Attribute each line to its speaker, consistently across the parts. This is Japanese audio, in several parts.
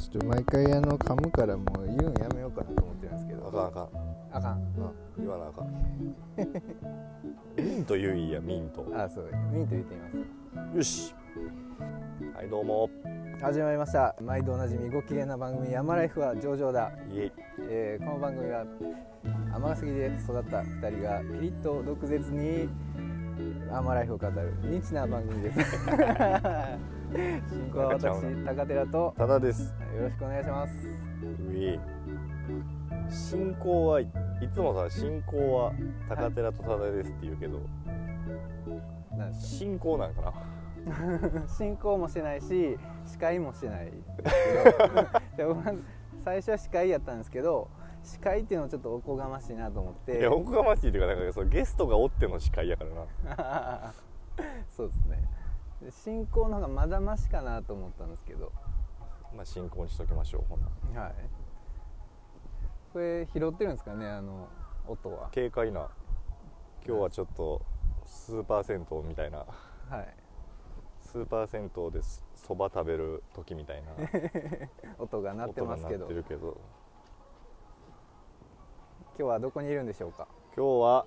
Speaker 1: ちょっと毎回あの噛むからもう言うのやめようかなと思ってるんですけど
Speaker 2: あかんあかん、
Speaker 1: あかん
Speaker 2: うん、言わなあかん ミント言いやミント
Speaker 1: あそうミント言ってみます
Speaker 2: よしはいどうも
Speaker 1: 始まりました毎度おなじみご機嫌な番組「山ライフは上々だ
Speaker 2: イエイ」
Speaker 1: えーこの番組は尼崎で育った2人がピリッと毒舌にマライフを語るニッチな番組です 進行は私高寺と
Speaker 2: ただです
Speaker 1: よろしくお願いします
Speaker 2: うえ進行はいつもさ進行は高寺とただですって言うけど、
Speaker 1: なんです
Speaker 2: 進行なんかな
Speaker 1: か進行もしてないし司会もして ないで僕は最初は司会やったんですけど司会っていうのはちょっとおこがましいなと思っ
Speaker 2: い
Speaker 1: て
Speaker 2: やおこがましいっていうかなんかそのゲストがおっての司会やからな
Speaker 1: あーそうですねで進行の方がまだましかなと思ったんですけど
Speaker 2: まあ進行にしときましょうほんなら
Speaker 1: はいこれ拾ってるんですかねあの音は
Speaker 2: 軽快な今日はちょっとスーパー銭湯みたいな
Speaker 1: はい
Speaker 2: スーパー銭湯でそば食べる時みたいな
Speaker 1: 音が鳴って
Speaker 2: 音が
Speaker 1: ますけ
Speaker 2: 鳴っ
Speaker 1: ど
Speaker 2: て
Speaker 1: 今
Speaker 2: るけど
Speaker 1: 日はどこにいるんでしょうか
Speaker 2: 今日は、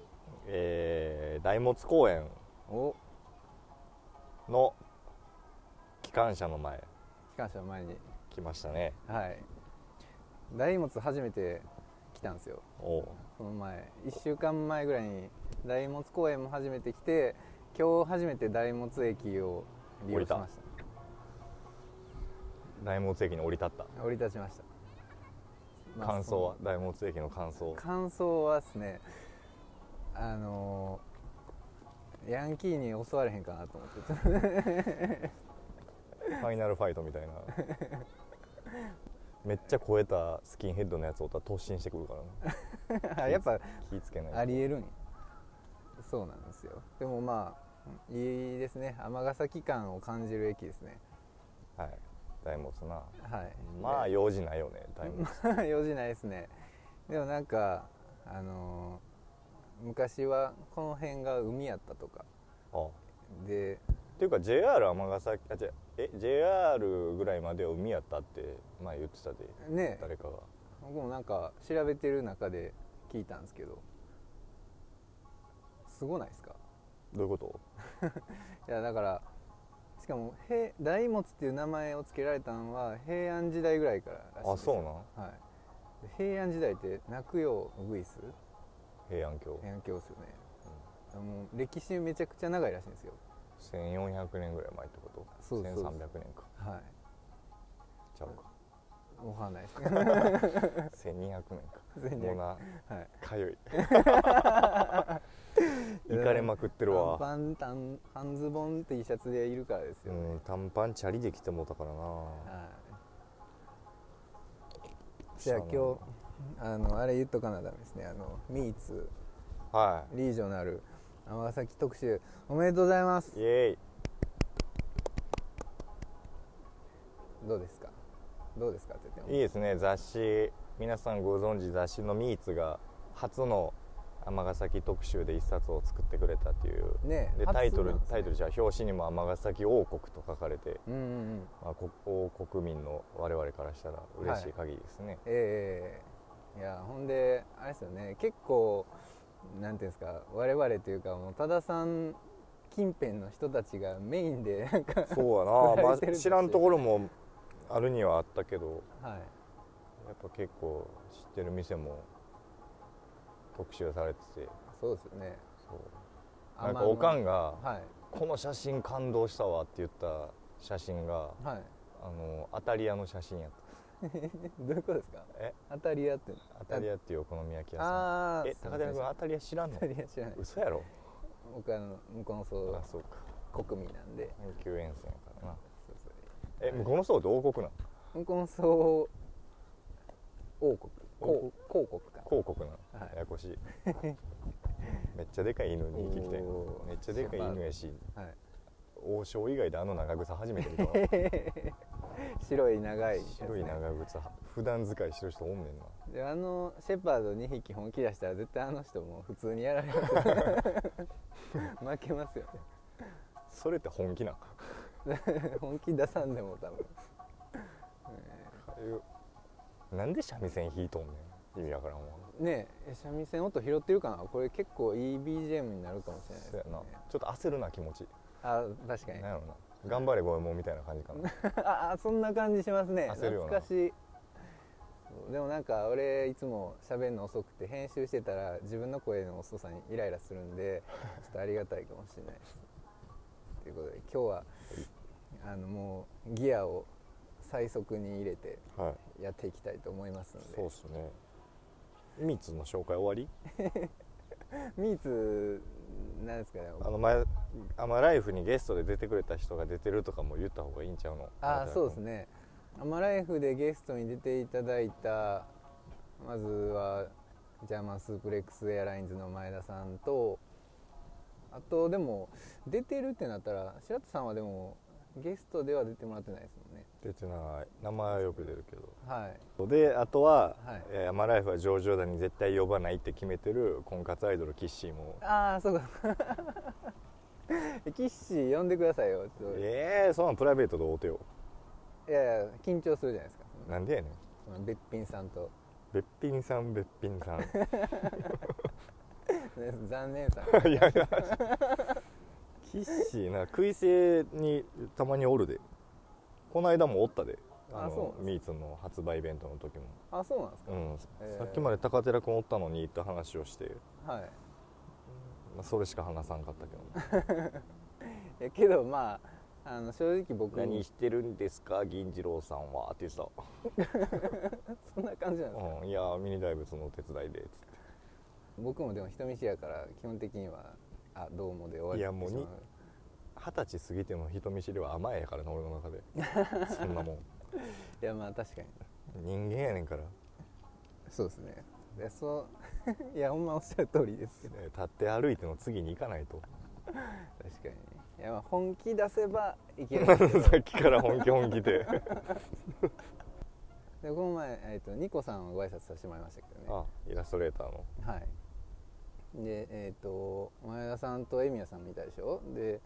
Speaker 2: えー、大物公園
Speaker 1: お
Speaker 2: の機関車の前
Speaker 1: 機関車の前に
Speaker 2: 来ましたね
Speaker 1: はい大物初めて来たんですよ
Speaker 2: おう
Speaker 1: この前1週間前ぐらいに大物公園も初めて来て今日初めて大物駅を利用しまし
Speaker 2: 大物駅に降り立った
Speaker 1: た降り立ちました、まあ
Speaker 2: 感想は大物駅の感想
Speaker 1: 感想はですねあのーヤンキーに襲われへんかなと思ってちょっと
Speaker 2: ファイナルファイトみたいな めっちゃ超えたスキンヘッドのやつおったら突進してくるからな
Speaker 1: あやっぱ
Speaker 2: 気ぃつけないと
Speaker 1: ありえるんやそうなんですよでもまあいいですね尼崎感を感じる駅ですね
Speaker 2: はい大物な
Speaker 1: はい
Speaker 2: まあ用事ないよね大物
Speaker 1: まあ用事ないですねでもなんかあのー昔はこの辺が海やったとか
Speaker 2: あ
Speaker 1: で
Speaker 2: っていうか JR 尼崎あ違うえ JR ぐらいまでは海やったって前言ってたで
Speaker 1: ね
Speaker 2: 誰かが
Speaker 1: 僕もなんか調べてる中で聞いたんですけどすごないですか
Speaker 2: どういうこと
Speaker 1: いやだからしかも平大物っていう名前を付けられたのは平安時代ぐらいかららしいん
Speaker 2: あ
Speaker 1: ですよ
Speaker 2: そうなん
Speaker 1: はい、で平安時代って泣くよウグイス
Speaker 2: 平安京
Speaker 1: 平安京ですよね、もう歴史めちゃくちゃ長いらしいんですよ
Speaker 2: 1400年ぐらい前ってこと
Speaker 1: そうそうそう
Speaker 2: 1300年か
Speaker 1: はい
Speaker 2: ちゃう か
Speaker 1: わかんないです けどは
Speaker 2: 1200年か
Speaker 1: 1200
Speaker 2: もうないかゆい 行かれまくってるわ
Speaker 1: 短パン短半ズボン T シャツでいるからです
Speaker 2: う
Speaker 1: よね、
Speaker 2: ん短パンチャリで来てもうたからな
Speaker 1: はい、じゃあ今日あのあれ言っとかなダメですねあのミーツ
Speaker 2: は
Speaker 1: リージョナル尼崎特集おめでとうございます
Speaker 2: いイエ
Speaker 1: どうですかどうですかって言っ
Speaker 2: ー
Speaker 1: て
Speaker 2: イいい
Speaker 1: も
Speaker 2: ですね雑誌皆さんご存知雑誌のミーツが初の尼崎特集で一冊を作ってくれたという
Speaker 1: ねえ
Speaker 2: で
Speaker 1: 初
Speaker 2: タイト
Speaker 1: な
Speaker 2: ル
Speaker 1: んですね
Speaker 2: タイトルじゃ表紙にも「尼崎王国」と書かれて、
Speaker 1: うんうんうん
Speaker 2: まあ、こ王国民の我々からしたら嬉しい限りですね、
Speaker 1: ええいやほんであれですよね結構なんていうんですか我々というかもう多田さん近辺の人たちがメインでなんか
Speaker 2: そうやな、
Speaker 1: 作ら
Speaker 2: ま
Speaker 1: れてるん
Speaker 2: あ、
Speaker 1: です
Speaker 2: 知
Speaker 1: よ
Speaker 2: らんところもあるにはあったけど
Speaker 1: はい
Speaker 2: やっぱ結構知ってる店も特集されてて
Speaker 1: そうですよね
Speaker 2: そう
Speaker 1: あ
Speaker 2: なん
Speaker 1: ま
Speaker 2: か
Speaker 1: あ
Speaker 2: おかんが
Speaker 1: はい
Speaker 2: 「この写真感動したわ」って言った写真が
Speaker 1: はい
Speaker 2: あのアタリアの写真やった
Speaker 1: どういうことですか
Speaker 2: え
Speaker 1: 当たり屋って
Speaker 2: アタリアっていうお好み焼き屋さん
Speaker 1: ああ
Speaker 2: え高寺君アタリア知らんの
Speaker 1: 当たり屋知らない
Speaker 2: 嘘やろ
Speaker 1: 僕はあの向こうの
Speaker 2: あ
Speaker 1: 層
Speaker 2: そうか
Speaker 1: 国民なんで
Speaker 2: 救援線やからな
Speaker 1: そうそう
Speaker 2: え向こうの層って王国なの
Speaker 1: 向こうの層王国
Speaker 2: 王
Speaker 1: 広広国か
Speaker 2: 広告なの、
Speaker 1: はい
Speaker 2: ややこしい めっちゃでかい犬に行きたいな
Speaker 1: おー
Speaker 2: めっちゃでかい犬やし
Speaker 1: はい
Speaker 2: 王将以外であの長靴初めて 見たわ
Speaker 1: 白い長いやつね
Speaker 2: 白い長靴普段使いしてる人おんねんな
Speaker 1: であのシェパード2匹本気出したら絶対あの人も普通にやられ ます負けますよ
Speaker 2: それって本気なん
Speaker 1: ね本気出さんでも多分
Speaker 2: かなんで三味線弾いとんねん意味わからんわ
Speaker 1: ねえ三味線音拾ってるかなこれ結構いい BGM になるかもしれないです
Speaker 2: そう
Speaker 1: ね
Speaker 2: やなちょっと焦るな気持ち
Speaker 1: あ確か
Speaker 2: な
Speaker 1: に
Speaker 2: んやろな頑張れゴエモンみたいな感じか な
Speaker 1: ああそんな感じしますね
Speaker 2: 焦るよ
Speaker 1: 懐
Speaker 2: な
Speaker 1: かしいそうでもなんか俺いつも喋るの遅くて編集してたら自分の声の遅さにイライラするん でちょっとありがたいかもしれないですということで今日はあのもうギアを最速に入れて
Speaker 2: はい
Speaker 1: やっていきたいと思いますので
Speaker 2: そうっすねミーツの紹介終わり
Speaker 1: ミーツなんですかね
Speaker 2: あの前「アマライフ」にゲストで出てくれた人が出てるとかも言った方がいいんちゃうの
Speaker 1: あそうですね「アマライフ」でゲストに出ていただいたまずはジャーマンスープレックスエアラインズの前田さんとあとでも出てるってなったら白田さんはでもゲストでは出てもらってないですもんね
Speaker 2: 出てない名前はよく出るけ
Speaker 1: はい
Speaker 2: どであとは「
Speaker 1: はい
Speaker 2: えーアマライフ」は上場団に絶対呼ばないって決めてる婚活アイドルキッシーも
Speaker 1: ああそうか キッシー呼んでくださいよちょっとい
Speaker 2: ええそんなんプライベートで会うてよ
Speaker 1: やいや緊張するじゃないですか
Speaker 2: なんでやねん
Speaker 1: そのべっぴんさんと
Speaker 2: べっぴんさんべっぴんさんい
Speaker 1: 残念さん
Speaker 2: やいやキッシーな食い性にたまにおるでこの間もおったで
Speaker 1: あそうなんですか
Speaker 2: ミーツの発売イベントの時も
Speaker 1: あそうなんです
Speaker 2: うん、
Speaker 1: えー
Speaker 2: さっきまで高寺君おったのにって話をして、
Speaker 1: かはい
Speaker 2: まあ、それしか話さんかったけど
Speaker 1: いやけどまああの正直僕
Speaker 2: 何してるんですか銀次郎さんはって言ってた、
Speaker 1: そんな感じなんですか、
Speaker 2: うん、いやミニ大仏のお手伝いでっつって
Speaker 1: 僕もでも人見知りやから基本的には「あどうも」で終わり
Speaker 2: いやもうに二十歳過ぎての人見知りは甘えやからな俺の中 でそんなもん
Speaker 1: いやまあ確かに
Speaker 2: 人間やねんから、
Speaker 1: そうですねでそう いやほんまおっしゃる通りですよ
Speaker 2: ね立って歩いての次に行かないと
Speaker 1: 確かにいやまあ本気出せばいけるんです けど
Speaker 2: さっきから本気本気 で
Speaker 1: でこの前、えっとニコさんをご挨拶させてもらいましたけどね
Speaker 2: あイラストレーターの
Speaker 1: はいでえっ、と前田さんとエミヤさん見たでしょで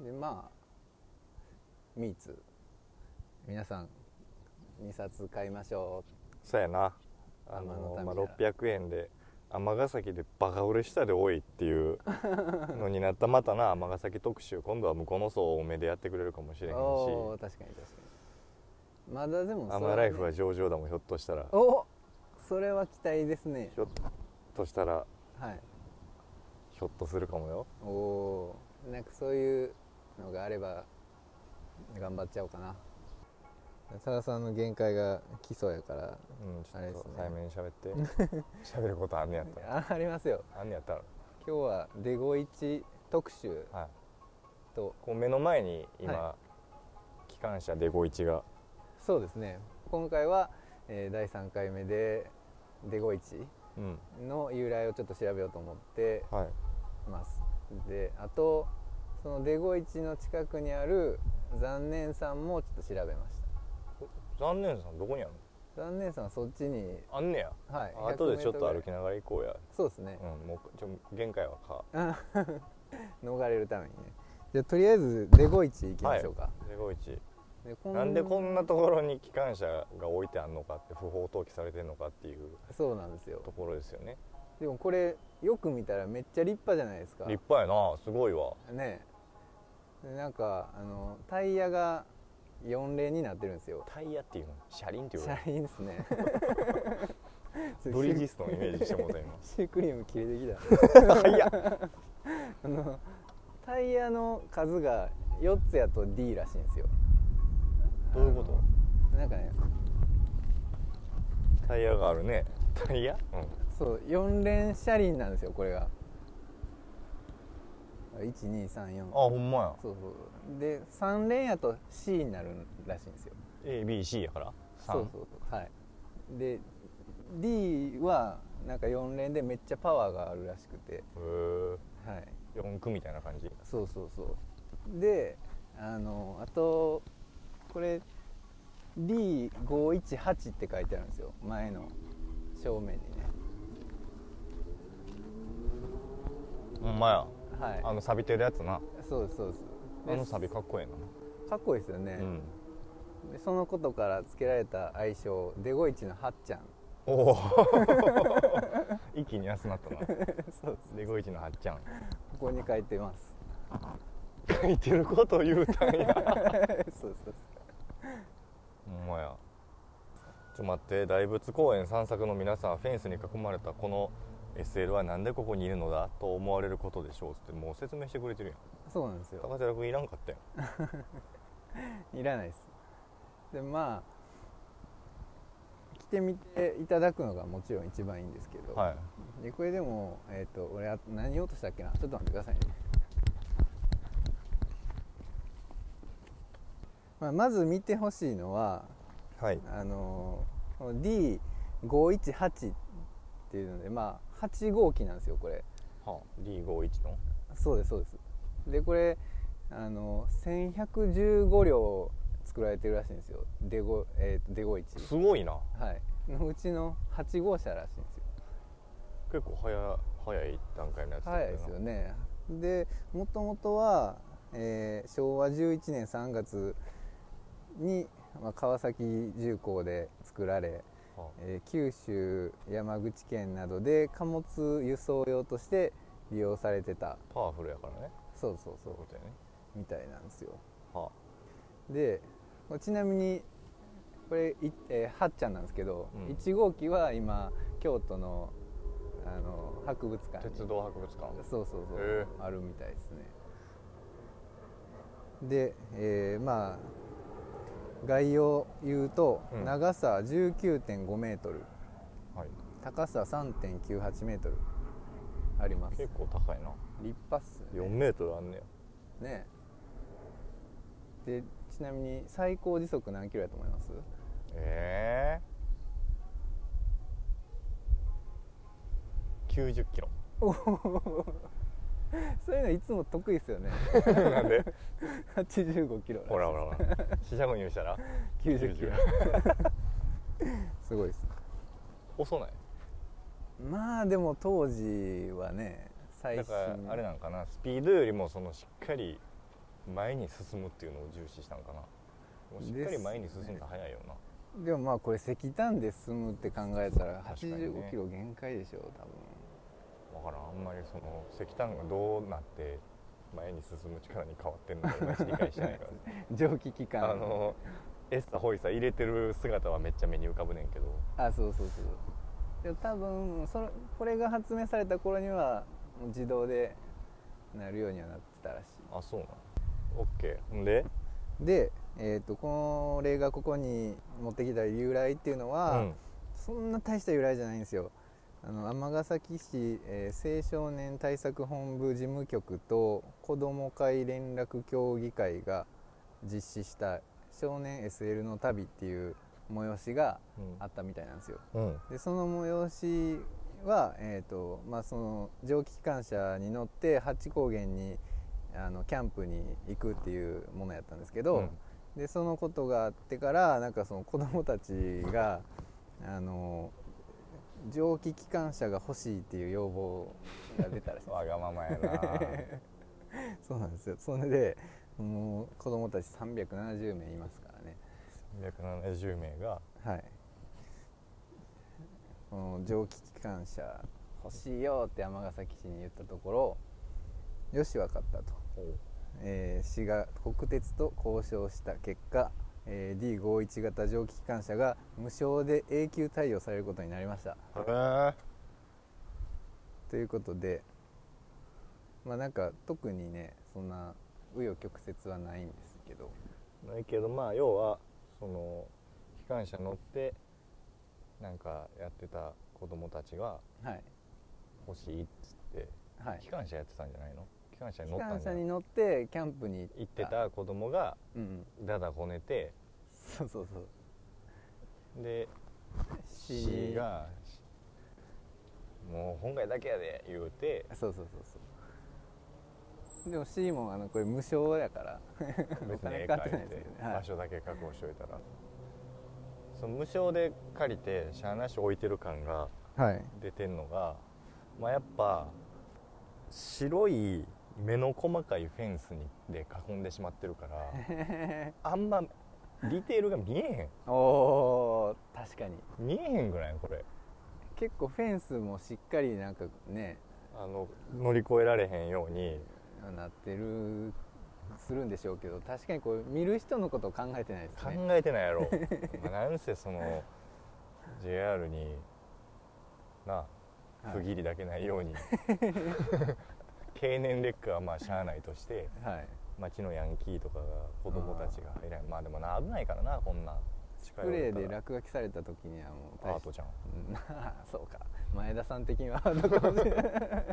Speaker 1: でまあミーツ皆さん2冊買いましょ
Speaker 2: そうやなあの
Speaker 1: 天の民
Speaker 2: まあ、
Speaker 1: だ
Speaker 2: 600円で尼崎でバカ売れしたで多いっていう のになったまたな尼崎特集今度は向こうの層を多めでやってくれるかもし
Speaker 1: う
Speaker 2: れへんし
Speaker 1: おー確かに確かにまだで
Speaker 2: 「
Speaker 1: も
Speaker 2: ア
Speaker 1: それ
Speaker 2: マライフ」は
Speaker 1: ね
Speaker 2: 上々だもんひょっとしたらひ
Speaker 1: おそれは期待ですね
Speaker 2: ょっとしたら
Speaker 1: はい
Speaker 2: ひょっとするかもよ
Speaker 1: おおーなんかそういうのがあれば頑張っちゃおうかな多田さんの限界が基礎やから
Speaker 2: うんち
Speaker 1: あれ
Speaker 2: ょっ
Speaker 1: です
Speaker 2: と
Speaker 1: ね
Speaker 2: 早めに喋って 喋ることあんねやったら
Speaker 1: あありますよ
Speaker 2: あんねやったら
Speaker 1: 今日はデゴイチ特集
Speaker 2: はい
Speaker 1: と
Speaker 2: こう目の前に今、
Speaker 1: は
Speaker 2: 機関車デゴイチが
Speaker 1: そうですね今回は、えー第3回目でデゴイチ
Speaker 2: うん
Speaker 1: の由来をちょっと調べようと思って
Speaker 2: はい
Speaker 1: ますであとそのデゴイチの近くにある残念さんもちょっと調べまし
Speaker 2: 残念さんどこにある
Speaker 1: た残念さんはそっちに
Speaker 2: のあんねや
Speaker 1: はい
Speaker 2: あ後でちょっと歩き
Speaker 1: な
Speaker 2: ながら行こうや
Speaker 1: そうですね、
Speaker 2: うん、もうちょ限界はか
Speaker 1: 逃れるためにねじゃあとりあえずデゴイチ行きましょうか、
Speaker 2: デゴイチ
Speaker 1: でこ
Speaker 2: なんでこんなところに機関車が置いてあんのかって不法投棄されてんのかっていう
Speaker 1: そうなんですよ
Speaker 2: ところですよね
Speaker 1: でもこれよく見たらめっちゃ立派じゃないですか
Speaker 2: 立派やなすごいわ
Speaker 1: ねでなんかあのタイヤが4輪になってるんですよ
Speaker 2: タイヤっていうの車輪っていうの
Speaker 1: 車輪ですね
Speaker 2: ブリヂストンイメージしてもうた 今
Speaker 1: シュークリーム切れてき
Speaker 2: タイヤ
Speaker 1: た あのタイヤの数が4つやと D らしいんですよ
Speaker 2: どういうこと
Speaker 1: なんかね
Speaker 2: タイヤがあるねタイヤう
Speaker 1: そう4連車輪なんですよこれが
Speaker 2: んあ
Speaker 1: 1234
Speaker 2: ほんまや
Speaker 1: そうそうで3連やと C になるらしいんですよ
Speaker 2: ABC やから3
Speaker 1: そうそうそうはいで D はなんか4連でめっちゃパワーがあるらしくて
Speaker 2: へ
Speaker 1: はい
Speaker 2: え4区みたいな感じ
Speaker 1: そうそうそうであのあとこれ D518 って書いてあるんですよ前の正面にね
Speaker 2: ほんまや
Speaker 1: はい
Speaker 2: あの錆びてるやつな
Speaker 1: そうですそうです
Speaker 2: あ
Speaker 1: で
Speaker 2: の錆びかっこええな
Speaker 1: かっこいいですよね、
Speaker 2: うん
Speaker 1: でそのことから付けられた愛称デゴイチのはっちゃん
Speaker 2: おお 一気に安なった な
Speaker 1: そうで
Speaker 2: デゴイチのはっちゃん
Speaker 1: すここに書いてます
Speaker 2: 書いてること言うたんや
Speaker 1: そうそう
Speaker 2: ほんまやちょっと待って大仏公園散策の皆さんフェンスに囲まれたこの SL はなんでここにいるのだと思われることでしょうってもう説明してくれてるやん
Speaker 1: そうなんですよ
Speaker 2: 高寺君いらんかったやん
Speaker 1: いらないですでまあ来てみていただくのがもちろん一番いいんですけど、
Speaker 2: はい
Speaker 1: でこれでも、えー、と俺あ何言おうとしたっけなちょっと待ってくださいね、まあ、まず見てほしいのは
Speaker 2: はい
Speaker 1: あのーこの D518 っていうのでまあ8号機なんですよこれ
Speaker 2: はあ、D51 の
Speaker 1: そうですそうですでこれあの1115両作られてるらしいんですよデゴ,、えーとデゴイチ
Speaker 2: すごいな
Speaker 1: はいのうちの8号車らしいんですよ
Speaker 2: 結構早早い段階のやつだった
Speaker 1: 早いですよねでもともとは、えー昭和11年3月に、まあ、川崎重工で作られ、
Speaker 2: は
Speaker 1: えー九州山口県などで貨物輸送用として利用されてた
Speaker 2: あパワフルやからね
Speaker 1: そうそう
Speaker 2: そ
Speaker 1: そう
Speaker 2: いううことやね
Speaker 1: みたいなんですよ
Speaker 2: は
Speaker 1: でちなみにこれ、いえーはっちゃんなんですけど、
Speaker 2: うん
Speaker 1: 1号機は今京都のあの博物
Speaker 2: あ
Speaker 1: 館に
Speaker 2: 鉄道博物館
Speaker 1: そうそうそう、
Speaker 2: へ
Speaker 1: あるみたいですねで、えーまあ概要を言うと、
Speaker 2: うん
Speaker 1: 長さ19.5メートル
Speaker 2: はい
Speaker 1: 高さ3.98メートルあります
Speaker 2: 結
Speaker 1: 立
Speaker 2: 構高いな
Speaker 1: 派っす
Speaker 2: 4
Speaker 1: ね
Speaker 2: メートルあんねや
Speaker 1: ねでちなみに最高時速何キロやと思います
Speaker 2: ええ90キロ
Speaker 1: そういうのいつも得意ですよね
Speaker 2: なんで
Speaker 1: 85キロ
Speaker 2: ほらほらほら四捨五入したら
Speaker 1: 90キロすごいです
Speaker 2: 遅ない
Speaker 1: まあでも当時はね最
Speaker 2: だ
Speaker 1: 新
Speaker 2: からあれなんかなスピードよりもそのしっかり前に進むっていうのを重視したんかなもうしっかり前に進んだら早いよな、
Speaker 1: でもまあこれ石炭で進むって考えたら
Speaker 2: 確かにね
Speaker 1: 85キロ限界でしょ多分
Speaker 2: 分からんあんまりその石炭がどうなって前に進む力に変わってんのかいまいち理解して ないか
Speaker 1: 蒸気機関
Speaker 2: らあのエッサホイサ入れてる姿はめっちゃ目に浮かぶねんけど
Speaker 1: あそうそうそうでも多分それこれが発明された頃にはもう自動でなるようにはなってたらし
Speaker 2: あそうなオッケーんで
Speaker 1: いで、えー、とこれがここに持ってきた由来っていうのは、
Speaker 2: うん
Speaker 1: そんな大した由来じゃないんですよあの尼崎市、えー青少年対策本部事務局と子ども会連絡協議会が実施した少年 SL の旅っていう催しがあったみたいなんですよ
Speaker 2: うん
Speaker 1: でその催しは、えーとまあ、その蒸気機関車に乗って八高原にあのキャンプに行くっていうものやったんですけど、
Speaker 2: うん
Speaker 1: でそのことがあってからなんかその子供たちがあの蒸気機関車が欲しいっていう要望が出たらしいんです
Speaker 2: わがままやな
Speaker 1: そうなんですよそれでもう子供たち370名いますからね
Speaker 2: 370名が
Speaker 1: はいこの蒸気機関車欲しいよって尼崎市に言ったところよし分かったと、えー市が国鉄と交渉した結果、えー D51 型蒸気機関車が無償で永久対応されることになりました
Speaker 2: へ
Speaker 1: ということでまあなんか特にねそんな紆余曲折はないんですけど
Speaker 2: えないけどまあ要はその機関車乗ってなんかやってた子供たちが
Speaker 1: はい
Speaker 2: 欲しいっつって、
Speaker 1: はい
Speaker 2: 機関車やってたんじゃないの機関車に乗
Speaker 1: 機
Speaker 2: った
Speaker 1: 関
Speaker 2: んじゃ
Speaker 1: 車
Speaker 2: ない
Speaker 1: に乗ってキャンプに
Speaker 2: 行ってた子供が
Speaker 1: うんうん
Speaker 2: だだこねて
Speaker 1: そうそうそう
Speaker 2: で C が「もう本来だけやで」言うて
Speaker 1: そうそうそうそうでも C もあのこれ無償やからお
Speaker 2: 別に
Speaker 1: 金
Speaker 2: 絵
Speaker 1: かか
Speaker 2: 描
Speaker 1: ってない
Speaker 2: い
Speaker 1: で
Speaker 2: て
Speaker 1: すけどね、は
Speaker 2: 場
Speaker 1: い、
Speaker 2: 所だけ確保しといたらその無償で借りてしゃあなし置いてる感が
Speaker 1: はい、
Speaker 2: 出てんのが、まあ、やっぱ白い目の細かいフェンスにで囲んでしまってるからあんまディテールが見え
Speaker 1: おー確かに
Speaker 2: へん見えへんぐらいこれ
Speaker 1: 結構フェンスもしっかりなんかね
Speaker 2: あの乗り越えられへんように
Speaker 1: なってるするんでしょうけど確かにこう見る人のことを考えてないです
Speaker 2: 考
Speaker 1: ね
Speaker 2: えてないやろ、 まあなんせその JR になあ
Speaker 1: はい
Speaker 2: 不義理だけないように経年劣化はまあしゃあないとして
Speaker 1: はい
Speaker 2: 街のヤンキーとかが子供たちが入らんまあでもな危ないからなこんなス
Speaker 1: プレーで落書きされた時にはもう
Speaker 2: アー
Speaker 1: し
Speaker 2: トじゃん
Speaker 1: うんまあ そうか前田さん的にはどこ もしれな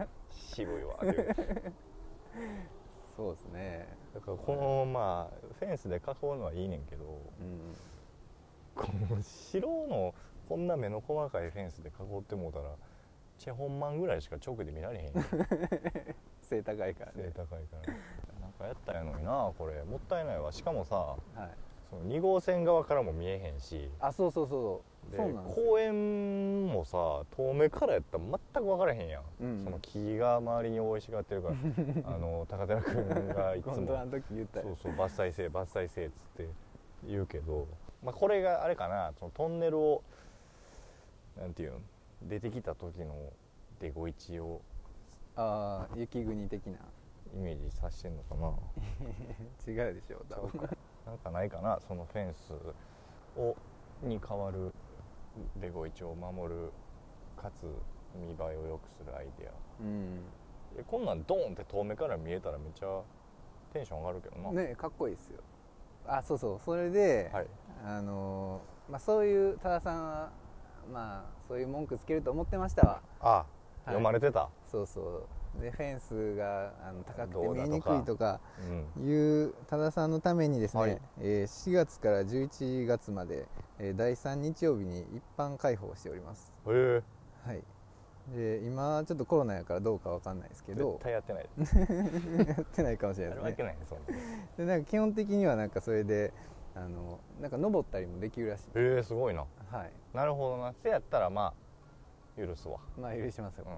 Speaker 1: い
Speaker 2: 渋いわっていう
Speaker 1: そうですね
Speaker 2: だからこのまあフェンスで囲うのはいいねんけど
Speaker 1: うん
Speaker 2: この白のこんな目の細かいフェンスで囲ってもうたらチェホンマンぐらいしか直で見られへんよ
Speaker 1: 背高いから
Speaker 2: 背
Speaker 1: ね
Speaker 2: 高いからなんかやったんやのになこれもったいないわしかもさ
Speaker 1: はい
Speaker 2: その2号線側からも見えへんし
Speaker 1: あそうそうそう
Speaker 2: で
Speaker 1: そうなんですよ
Speaker 2: 公園もさ遠目からやったら全く分からへんやん、
Speaker 1: うん
Speaker 2: その木が周りに生い茂って るからあの高寺君がいつも
Speaker 1: 今度あの時言った
Speaker 2: そ
Speaker 1: よ
Speaker 2: うそう伐採せえ伐採せえっつって言うけど、まあ、これがあれかなそのトンネルをなんていうん出てきた時のデゴイチを
Speaker 1: ああ雪国的な
Speaker 2: イメージさしてんのかな
Speaker 1: 違うでしょ多分
Speaker 2: なんかないかなそのフェンスをに代わるデゴイチを守るかつ見栄えを良くするアイデア
Speaker 1: うん
Speaker 2: えこんなんドーンって遠目から見えたらめっちゃテンション上がるけどな、
Speaker 1: ねかっこいいですよあそうそうそれで、
Speaker 2: はい
Speaker 1: あのーまあ、そういう多田さんはまあそういう文句つけると思ってましたわ
Speaker 2: あ、読まれてた、
Speaker 1: そうそうでフェンスがあの高く
Speaker 2: ど
Speaker 1: て
Speaker 2: う
Speaker 1: 見
Speaker 2: だ
Speaker 1: え
Speaker 2: とか
Speaker 1: にくいとか
Speaker 2: うん、
Speaker 1: いう多田さんのためにですね、
Speaker 2: はい
Speaker 1: えー4月から11月まで、えー第3日曜日に一般開放しております
Speaker 2: えー、
Speaker 1: はいで今ちょっとコロナやからどうかわかんないですけ
Speaker 2: 絶
Speaker 1: ど
Speaker 2: 対やってない
Speaker 1: やってないかもしれ
Speaker 2: や
Speaker 1: ないですね
Speaker 2: るわけないそんな
Speaker 1: でなんか基本的にはなんかそれであのなんか登ったりもできるらしい
Speaker 2: えー、すごいな
Speaker 1: はい
Speaker 2: なるほどなせやったらまあ許すわ、
Speaker 1: まあ許しますよ、
Speaker 2: う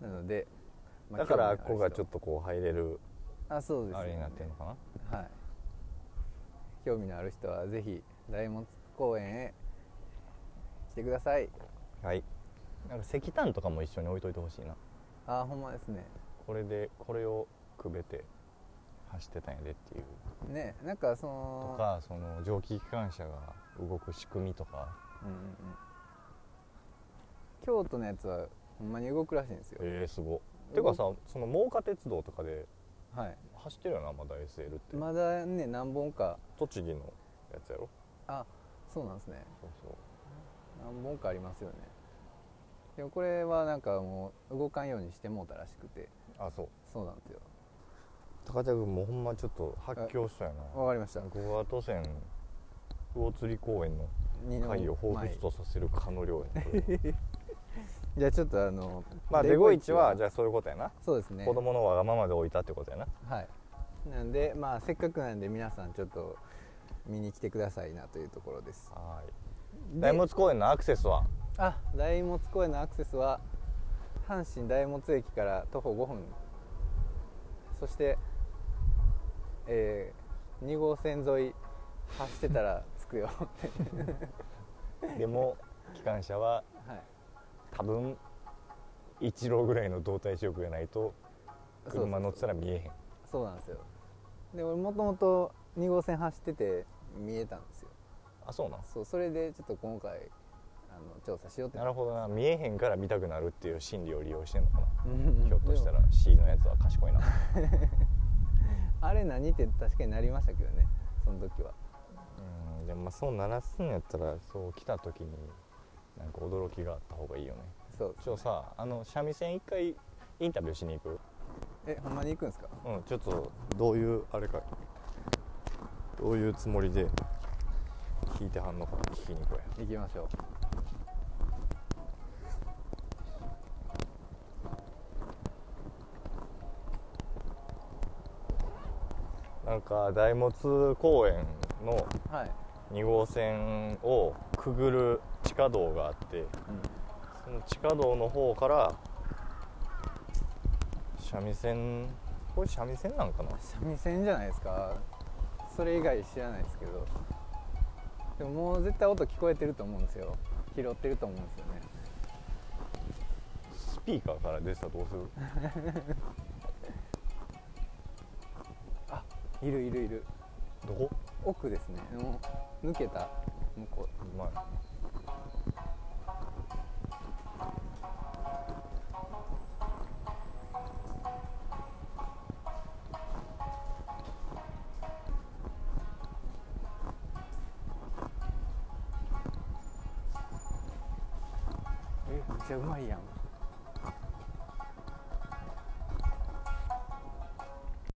Speaker 1: なので、
Speaker 2: ん、
Speaker 1: まあ
Speaker 2: だからこ
Speaker 1: 興味のあ
Speaker 2: こが
Speaker 1: る人
Speaker 2: ちょっとこう入れる
Speaker 1: あそうです
Speaker 2: あ
Speaker 1: よ
Speaker 2: れ
Speaker 1: ね
Speaker 2: になってるのかな
Speaker 1: はい興味のある人はぜひ大門公園へ来てください
Speaker 2: はいなんか石炭とかも一緒に置いといてほしいな
Speaker 1: あーほんまですね
Speaker 2: これでこれをくべて走ってたんやでっていう
Speaker 1: ねなんかそ
Speaker 2: と
Speaker 1: の
Speaker 2: かその蒸気機関車が動く仕組みとか
Speaker 1: うんうんうん、京都のやつはほんまに動くらしいんですよ
Speaker 2: えー、すごてかさその真岡鉄道とかで
Speaker 1: はい
Speaker 2: 走ってるよなまだ SL って、
Speaker 1: まだね何本か
Speaker 2: 栃木のやつやろ
Speaker 1: あそうなんですね
Speaker 2: そうそう
Speaker 1: 何本かありますよねでもこれはなんかもう動かんようにしてもうたらしくて
Speaker 2: あそう
Speaker 1: そうなんですよ
Speaker 2: 高田君もうほんまちょっと発狂したよな
Speaker 1: わかりました
Speaker 2: 五和渡線魚釣公園の
Speaker 1: 二の
Speaker 2: 貝を彷
Speaker 1: 前
Speaker 2: 彿とさせる蚊の量やなこ れは
Speaker 1: じゃあちょっとあの
Speaker 2: まあデゴイチはじゃあそういうことやな、
Speaker 1: そうですね
Speaker 2: 子供のわがままで置いたってことやな
Speaker 1: はいなんでまあせっかくなんで皆さんちょっと見に来てくださいなというところです
Speaker 2: はー
Speaker 1: で
Speaker 2: い大仏公園のアクセスは
Speaker 1: あ大物公園のアクセスは阪神大物駅から徒歩5分そして、え2号線沿い走ってたら着くよ
Speaker 2: でも機関車は
Speaker 1: はい
Speaker 2: 多分一郎ぐらいの動体視力がないと車乗ってたら見えへん
Speaker 1: そうなんですよで俺もともと2号線走ってて見えたんですよ
Speaker 2: あそうなん
Speaker 1: そうそれでちょっと今回あの調査しようって
Speaker 2: なるほどな見えへんから見たくなるっていう心理を利用してんのか
Speaker 1: う
Speaker 2: なん
Speaker 1: うん
Speaker 2: ひょっとしたら C のやつは賢いな
Speaker 1: あれ何って確かになりましたけどねその時は
Speaker 2: うんでもまあそう鳴らすんやったらそう来た時になんか驚きがあった方がいいよね
Speaker 1: そう
Speaker 2: ちょっとさあの三味線一回インタビューしに行く
Speaker 1: えほんまに行くんですか
Speaker 2: うんちょっとどういうあれかどういうつもりで聞いてはんのか聞きに行こう
Speaker 1: 行
Speaker 2: や
Speaker 1: きましょ
Speaker 2: なんか大物公園の
Speaker 1: うはい、
Speaker 2: 2号線をくぐる地下道があってその地下道の方から三味線これ三味線なんかな
Speaker 1: 三味線じゃないですかそれ以外知らないですけどでももう絶対音聞こえてると思うんですよ拾ってると思うんですよね
Speaker 2: スピーカーから出てたらどうする
Speaker 1: いるいるいる
Speaker 2: どこ
Speaker 1: 奥ですねもう抜けた向こう
Speaker 2: うまい
Speaker 1: えめっちゃうまいやん